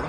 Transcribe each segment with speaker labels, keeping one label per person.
Speaker 1: 了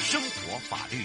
Speaker 1: 生活法律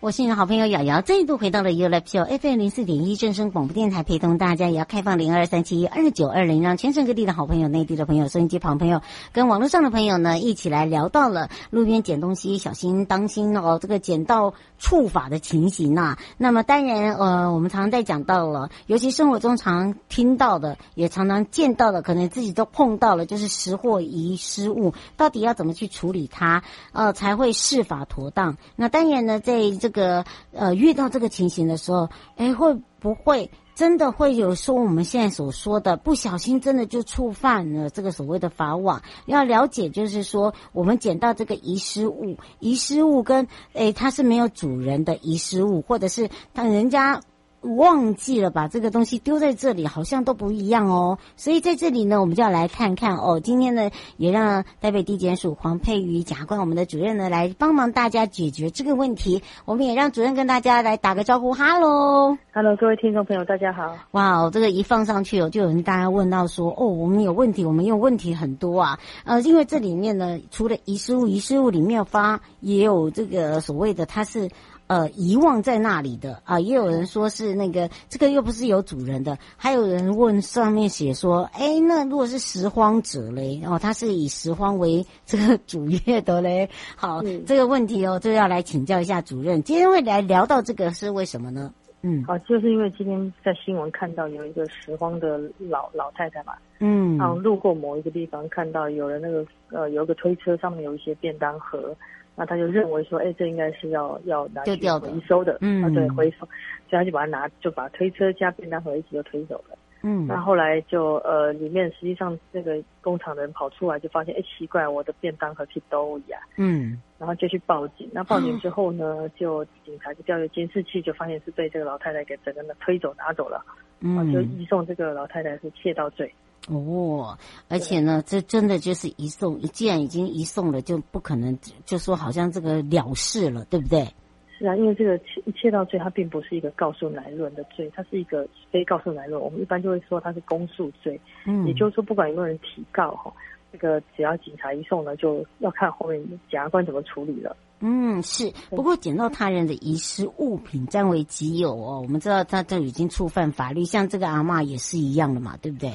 Speaker 2: 我是你的好朋友瑶瑶，再度回到了 u l i v e Show FM 零四点一正声广播电台，陪同大家也要开放零二三七二九二零，让全省各地的好朋友、内地的朋友、收音机旁朋友跟网络上的朋友呢，一起来聊到了路边捡东西小心当心哦，这个捡到触法的情形呐、啊那么当然呃，我们常常在讲到了，尤其生活中常听到的，也常常见到的，可能自己都碰到了，就是识货遗失物，到底要怎么去处理它？呃，才会释法妥当。那当然呢，在这个呃遇到这个情形的时候，哎，会不会真的会有说我们现在所说的不小心真的就触犯了这个所谓的法网？要了解就是说，我们捡到这个遗失物，遗失物跟哎它是没有主人的遗失物，或者是但人家忘记了把这个东西丢在这里，好像都不一样哦。所以在这里呢，我们就要来看看哦。今天呢，也让台北地检署黄佩瑜检察官，我们的主任呢，来帮忙大家解决这个问题。我们也让主任跟大家来打个招呼，哈喽。
Speaker 3: Hello，各位听众朋友，大家好。
Speaker 2: 哇哦，这个一放上去哦，就有人大家问到说，哦，我们有问题，我们有问题很多啊。呃，因为这里面呢，除了遗失物，遗失物里面发也有这个所谓的它是。呃，遗忘在那里的啊、也有人说是那个这个又不是有主人的，还有人问上面写说，哎，那如果是拾荒者嘞，哦，他是以拾荒为这个主业的嘞。好，
Speaker 3: 嗯
Speaker 2: 这个问题哦，就要来请教一下主任。今天会来聊到这个是为什么呢？嗯
Speaker 3: 好，哦就是因为今天在新闻看到有一个拾荒的老老太太嘛，
Speaker 2: 嗯，
Speaker 3: 然后路过某一个地方，看到有人那个呃有一个推车上面有一些便当盒，那他就认为说，哎，这应该是要要拿
Speaker 2: 丢
Speaker 3: 去
Speaker 2: 掉的
Speaker 3: 回收的，
Speaker 2: 嗯
Speaker 3: 啊，对，回收，所以他就把它拿就把推车加便当盒一起就推走了。
Speaker 2: 嗯
Speaker 3: 那后来就呃里面实际上那个工厂的人跑出来就发现，哎，奇怪，我的便当盒去兜呀、
Speaker 2: 嗯
Speaker 3: 然后就去报警。那报警之后呢，就警察就调阅监视器，就发现是被这个老太太给整个人推走拿走了，啊，就
Speaker 2: 嗯，
Speaker 3: 移送这个老太太是窃盗罪。
Speaker 2: 哦，而且呢，这真的就是移送，既然已经移送了，就不可能就说好像这个了事了，对不对？
Speaker 3: 是啊，因为这个窃窃盗罪它并不是一个告诉乃论的罪，它是一个非告诉乃论，我们一般就会说它是公诉罪，
Speaker 2: 嗯，
Speaker 3: 也就是说不管有没有人提告哈。这个只要警察移送呢，就要看后面检察官怎么处理了。
Speaker 2: 嗯，是。不过捡到他人的遗失物品占为己有哦，我们知道他这已经触犯法律，像这个阿嬷也是一样的嘛，对不对？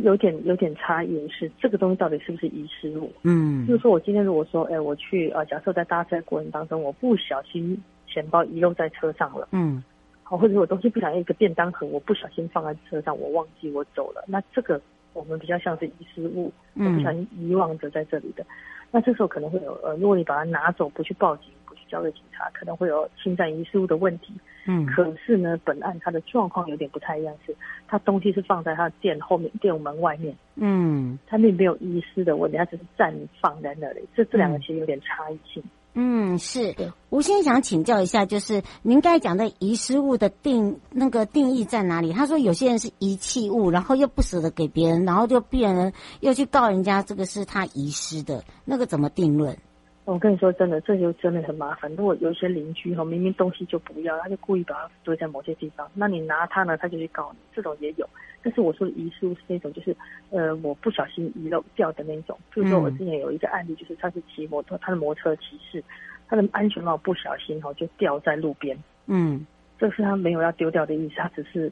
Speaker 3: 有点有点差异的是，这个东西到底是不是遗失物？
Speaker 2: 嗯
Speaker 3: 就是说我今天如果说，哎，我去呃，假设在搭车的过程当中，我不小心钱包遗漏在车上了，
Speaker 2: 嗯
Speaker 3: 好，或者我东西不小心一个便当盒，我不小心放在车上，我忘记我走了，那这个我们比较像是遗失物，我不小
Speaker 2: 嗯
Speaker 3: 心遗忘着在这里的，那这时候可能会有呃，如果你把它拿走，不去报警，不去交给警察，可能会有侵占遗失物的问题。
Speaker 2: 嗯
Speaker 3: 可是呢，本案它的状况有点不太一样，是它东西是放在它的店后面，店门外面。
Speaker 2: 嗯
Speaker 3: 它并没有遗失的问题，它只是暂放在那里。这这两个
Speaker 2: 嗯
Speaker 3: 其实有点差异性。
Speaker 2: 嗯，是
Speaker 3: 对。
Speaker 2: 我先想请教一下，就是您刚才讲的遗失物的定那个定义在哪里？他说有些人是遗弃物，然后又不舍得给别人，然后就别人又去告人家这个是他遗失的，那个怎么定论？
Speaker 3: 我跟你说真的，这就真的很麻烦。如果有一些邻居哈，明明东西就不要，他就故意把它堆在某些地方，那你拿它呢，他就去告你，这种也有。但是我说的遗失物是那种，就是呃，我不小心遗漏掉的那种。譬如说，
Speaker 2: 嗯
Speaker 3: 我之前有一个案例，就是他是骑摩托，他的摩托车骑士，他的安全帽不小心哦哈就掉在路边，
Speaker 2: 嗯
Speaker 3: 这是他没有要丢掉的意思，他只是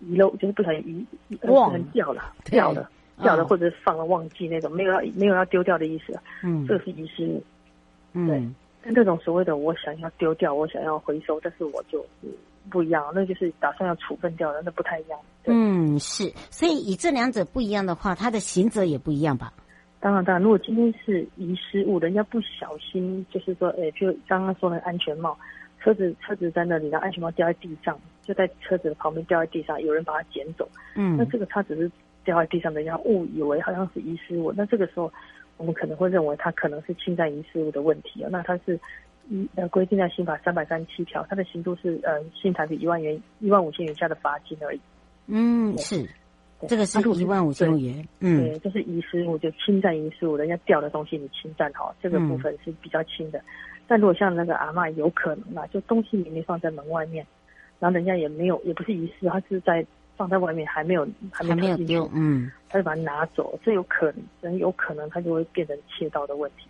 Speaker 3: 遗漏，就是不小心遗呃
Speaker 2: 忘
Speaker 3: 不小心
Speaker 2: 了
Speaker 3: 掉了，
Speaker 2: 对
Speaker 3: 掉了。掉了
Speaker 2: 嗯
Speaker 3: 或者是放了忘记那种，没有要没有要丢掉的意思，
Speaker 2: 嗯
Speaker 3: 这个是遗失物。
Speaker 2: 嗯
Speaker 3: 但这种所谓的我想要丢掉，我想要回收，但是我就嗯不一样，那就是打算要处分掉的，那不太一样。对，
Speaker 2: 嗯是，所以以这两者不一样的话，他的刑责也不一样吧？
Speaker 3: 当然当然，如果今天是遗失物，人家不小心就是说，诶，就刚刚说的安全帽，车子车子在那里，然后安全帽掉在地上，就在车子的旁边掉在地上，有人把它捡走，那
Speaker 2: 嗯
Speaker 3: 这个他只是掉在地上的，然后误以为好像是遗失物，那这个时候我们可能会认为它可能是侵占遗失物的问题哦。那它是一呃规定在刑法三百三十七条，它的刑度是呃新台币一万元一万五千元以下的罚金而已。
Speaker 2: 嗯，是，
Speaker 3: 对
Speaker 2: 这个是
Speaker 3: 那如果
Speaker 2: 一万五
Speaker 3: 对
Speaker 2: 千元，嗯
Speaker 3: 对，就是遗失物，就侵占遗失物，人家掉的东西你侵占好，这个部分是比较轻的。但如果像那个阿嬷，有可能啦，就东西明明放在门外面，然后人家也没有，也不是遗失，他是在放在外面还没有还没
Speaker 2: 还没有
Speaker 3: 投进去
Speaker 2: 丢，，嗯，
Speaker 3: 他就把它拿走，这有可能，人有可能他就会变成窃盗的问题。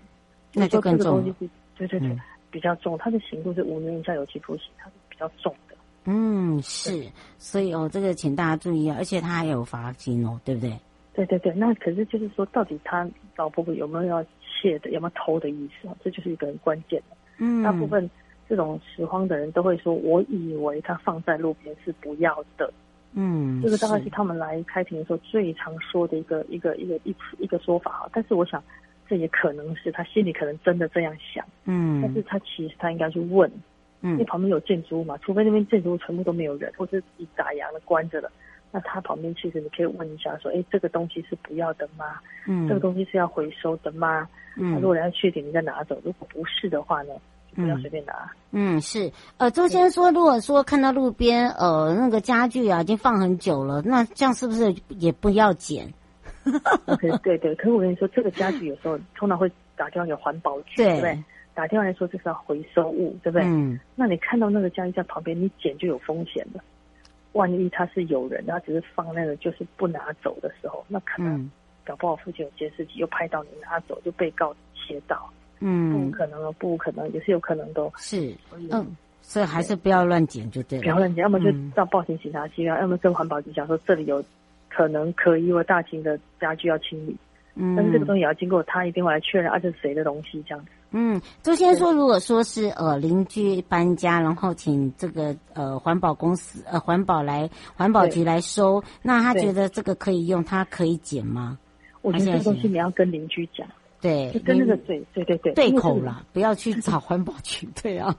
Speaker 2: 那就更重
Speaker 3: 所以
Speaker 2: 了
Speaker 3: 说，这个东西是，对对对，
Speaker 2: 嗯
Speaker 3: 比较重，他的刑度是五年以下有期徒刑，它是比较重的。
Speaker 2: 嗯，是，所以哦，这个请大家注意啊，而且他还有罚金哦，对不对？
Speaker 3: 对对对，那可是就是说，到底他老婆婆有没有要窃的，有没有偷的意思啊？这就是一个很关键的。
Speaker 2: 嗯，
Speaker 3: 大部分这种拾荒的人都会说，我以为他放在路边是不要的，
Speaker 2: 嗯，
Speaker 3: 这个大概是
Speaker 2: 是
Speaker 3: 他们来开庭的时候最常说的一个一个一个一一个说法啊哈。但是我想，这也可能是他心里可能真的这样想，但是
Speaker 2: 嗯
Speaker 3: 他其实他应该去问，因为
Speaker 2: 嗯
Speaker 3: 旁边有建筑物嘛，除非那边建筑物全部都没有人，或者你打烊了关着了。那他旁边其实你可以问一下，说，哎，这个东西是不要的吗？
Speaker 2: 嗯，
Speaker 3: 这个东西是要回收的吗？那
Speaker 2: 嗯
Speaker 3: 如果人家确定你再拿走，如果不是的话呢，就不要随便拿。
Speaker 2: 嗯，是，呃，周先生说，如果说看到路边呃那个家具啊已经放很久了，那这样是不是也不要捡？
Speaker 3: OK，对对。可是我跟你说，这个家具有时候通常会打电话给环保局，对不对？打电话来说这是要回收物，对不对？
Speaker 2: 嗯
Speaker 3: 那你看到那个家具在旁边，你捡就有风险的。万一他是有人，他只是放那个就是不拿走的时候，那可能
Speaker 2: 嗯
Speaker 3: 搞不好附近有监视器又拍到你拿走，就被告窃盗，不
Speaker 2: 嗯，
Speaker 3: 可能哦，不可能，也是有可能的哦。
Speaker 2: 是，
Speaker 3: 所以
Speaker 2: 嗯，所以还是不要乱捡就对
Speaker 3: 不要
Speaker 2: 了。
Speaker 3: 乱讲，要么就
Speaker 2: 嗯
Speaker 3: 到报警警察局啊，要么跟环保局讲说这里有可能可疑或大型的家具要清理，
Speaker 2: 嗯
Speaker 3: 但是这个东西也要经过他一定会来确认，啊，这是谁的东西这样子。
Speaker 2: 嗯，周先生说，如果说是呃邻居搬家，然后请这个呃环保公司呃环保来环保局来收，那他
Speaker 3: 对
Speaker 2: 觉得这个可以用，他可以捡吗？
Speaker 3: 我觉得
Speaker 2: 还啊是
Speaker 3: 这个
Speaker 2: 要
Speaker 3: 东西
Speaker 2: 写
Speaker 3: 你要跟邻居讲，
Speaker 2: 对
Speaker 3: 就，跟那个
Speaker 2: 邻
Speaker 3: 对对对对
Speaker 2: 对
Speaker 3: 因为
Speaker 2: 口
Speaker 3: 这个
Speaker 2: 啦，不要去找环保局。对啊，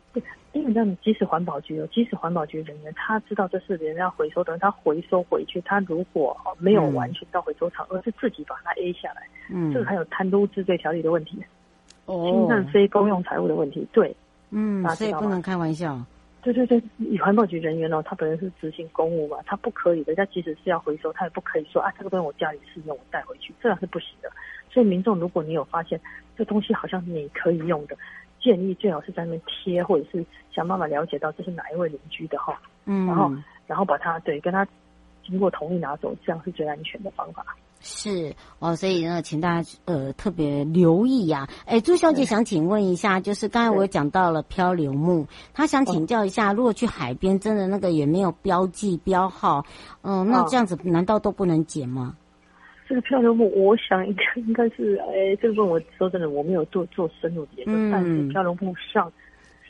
Speaker 3: 因为你知道，你即使环保局有，即使环保局人员他知道这是人家回收的，他回收回去，他如果哦没有
Speaker 2: 嗯
Speaker 3: 完全到回收厂，而是自己把它 A 下来，
Speaker 2: 嗯，
Speaker 3: 这个还有贪污治罪条例的问题，侵
Speaker 2: 哦，
Speaker 3: 占非公用财物的问题，对。
Speaker 2: 嗯，
Speaker 3: 大家
Speaker 2: 所以
Speaker 3: 知道
Speaker 2: 不
Speaker 3: 吗
Speaker 2: 能开玩笑。
Speaker 3: 对对对，以环保局人员哦，他本身是执行公务嘛，他不可以的。他即使是要回收，他也不可以说啊，这个东西我家里是用，我带回去，这样是不行的。所以民众，如果你有发现这东西好像你可以用的，建议最好是在那边贴，或者是想办法了解到这是哪一位邻居的哈，
Speaker 2: 嗯，
Speaker 3: 然后然后把它对跟他经过同意拿走，这样是最安全的方法。
Speaker 2: 是哦，所以呢，请大家呃特别留意呀、哎，朱小姐想请问一下，就是刚才我有讲到了漂流木，她想请教一下，如果去海边真的那个也没有标记标号，嗯、那
Speaker 3: 哦
Speaker 2: 这样子难道都不能捡吗？
Speaker 3: 这个漂流木，我想应该应该是，哎，这个问我说真的，我没有做做深入的研究，
Speaker 2: 嗯
Speaker 3: 但是漂流木上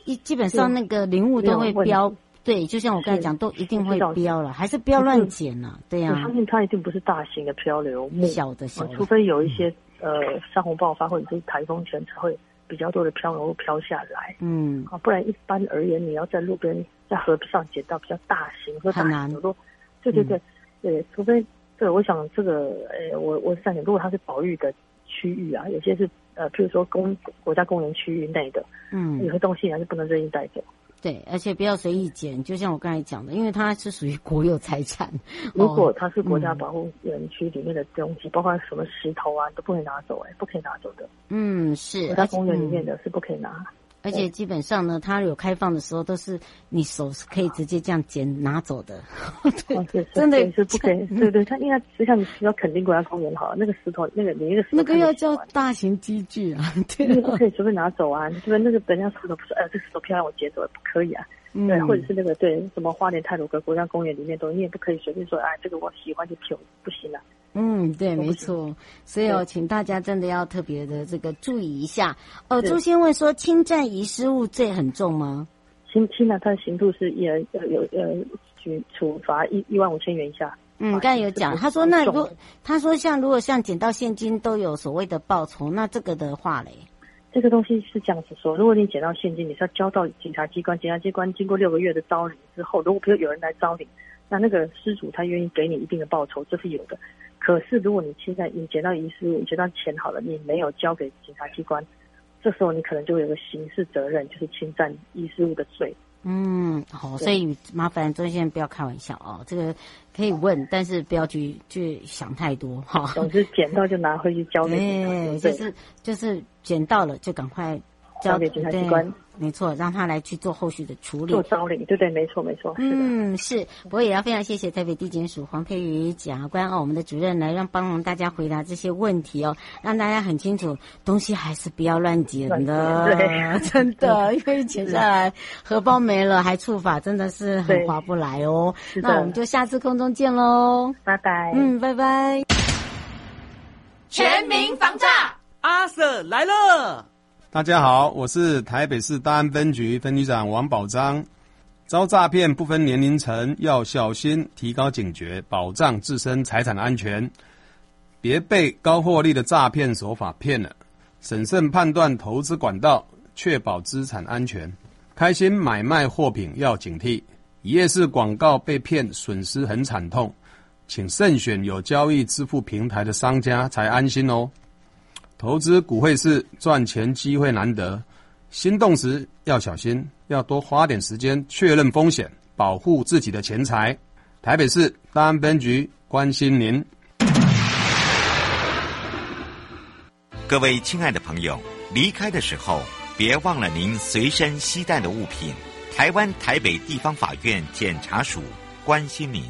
Speaker 2: 一基本上那个林物
Speaker 3: 没有
Speaker 2: 都会
Speaker 3: 问
Speaker 2: 标，对，就像我刚才
Speaker 3: 是
Speaker 2: 讲，都一定
Speaker 3: 我
Speaker 2: 会
Speaker 3: 知道
Speaker 2: 标了，还是不要乱捡了，对呀、
Speaker 3: 我相信它一定不是大型的漂流木，
Speaker 2: 嗯小的小
Speaker 3: 呃
Speaker 2: 的嗯
Speaker 3: 除，非有一些呃珊瑚爆发或者是台风前才会比较多的漂流物飘下来
Speaker 2: 嗯
Speaker 3: 啊，不然一般而言，你要在路边在河上捡到比较大型或大
Speaker 2: 很难嗯
Speaker 3: 型的，如对对对，对，除非对，我想这个呃，我我是在想，如果它是保育的区域啊，有些是呃，譬如说公国家公园区域内的，
Speaker 2: 嗯，哦
Speaker 3: 有些东西还是不能任意带走。
Speaker 2: 对，而且不要随意捡，就像我刚才讲的，因为它是属于国有财产。
Speaker 3: 如
Speaker 2: 哦
Speaker 3: 果它是国家保护园区里面的东西，包括什么石头啊，你都不能拿走、哎，不可以拿走的。
Speaker 2: 嗯，是
Speaker 3: 国，
Speaker 2: 而
Speaker 3: 家
Speaker 2: 且
Speaker 3: 公园里面
Speaker 2: 嗯
Speaker 3: 的是不可以拿。
Speaker 2: 而且基本上呢，它有开放的时候，都是你手是可以直接这样捡拿走的。
Speaker 3: 哦，是是
Speaker 2: 真的嗯
Speaker 3: 对是不可以。对对，它因为就像你要肯定国家公园好了，那个石头，那个你那个石
Speaker 2: 那
Speaker 3: 头
Speaker 2: 个
Speaker 3: 看得
Speaker 2: 要
Speaker 3: 起来
Speaker 2: 叫大型机具 啊，对
Speaker 3: 那个
Speaker 2: 啊
Speaker 3: 不可以随便拿走啊！你这边那个人家石头不是，哎，这石头漂亮，我捡走了，不可以啊。
Speaker 2: 嗯
Speaker 3: 对，或者是那个对什么花莲泰鲁阁国家公园里面都，你也不可以随便说，哎，这个我喜欢就丢，不行啊。
Speaker 2: 嗯，对，没错。所以哦，
Speaker 3: 对
Speaker 2: 请大家真的要特别的这个注意一下。哦，
Speaker 3: 是
Speaker 2: 朱先问说，侵占遗失物罪很重吗？
Speaker 3: 新新南它的刑度是一人呃有呃处处罚一一万五千元以下。
Speaker 2: 嗯，
Speaker 3: 罚
Speaker 2: 刚才
Speaker 3: 金
Speaker 2: 有
Speaker 3: 是
Speaker 2: 讲，
Speaker 3: 不
Speaker 2: 他说那如
Speaker 3: 不重欸
Speaker 2: 果他说像如果像捡到现金都有所谓的报酬，那这个的话嘞，
Speaker 3: 这个东西是这样子说，如果你捡到现金，你是要交到警察机关，检察机关经过六个月的招领之后，如果比如有人来招领，那那个失主他愿意给你一定的报酬，这是有的。可是如果你现在你捡到遗失物，你捡到钱好了，你没有交给警察机关，这时候你可能就会有个刑事责任，就是侵占遗失物的罪。
Speaker 2: 嗯，好，
Speaker 3: 对
Speaker 2: 所以麻烦周先生不要开玩笑哦，这个可以问，但是不要去去想太多哈。
Speaker 3: 总之捡到就拿回去交给警察
Speaker 2: 对，
Speaker 3: 就
Speaker 2: 就
Speaker 3: 对了，
Speaker 2: 是就是捡到了就赶快
Speaker 3: 交给警察机关
Speaker 2: 对没错，让他来去做后续的处理
Speaker 3: 做。招领，对对，没错没错，是的。
Speaker 2: 嗯，是，不过也要非常谢谢台北地检署黄佩瑜检察官哦，我们的主任来让帮忙大家回答这些问题哦，让大家很清楚，东西还是不要乱捡的，
Speaker 3: 乱
Speaker 2: 真的，因为捡下来荷包没了还触法，真的是很
Speaker 3: 对
Speaker 2: 划不来哦。
Speaker 3: 是的哎
Speaker 2: 那我们就下次空中见喽，
Speaker 3: 拜拜。
Speaker 2: 嗯，拜拜。
Speaker 4: 全民防诈。
Speaker 5: 阿 Sir 来了。
Speaker 6: 大家好，我是台北市大安分局分局长王宝章。遭诈骗不分年龄层，要小心，提高警觉，保障自身财产安全，别被高获利的诈骗手法骗了。审慎判断投资管道，确保资产安全。开心买卖货品要警惕，一夜式广告被骗，损失很惨痛，请慎选有交易支付平台的商家才安心哦。投资股汇市赚钱机会难得，心动时要小心，要多花点时间确认风险，保护自己的钱财。台北市大安分局关心您。
Speaker 1: 各位亲爱的朋友，离开的时候别忘了您随身携带的物品。台湾台北地方法院检察署关心您。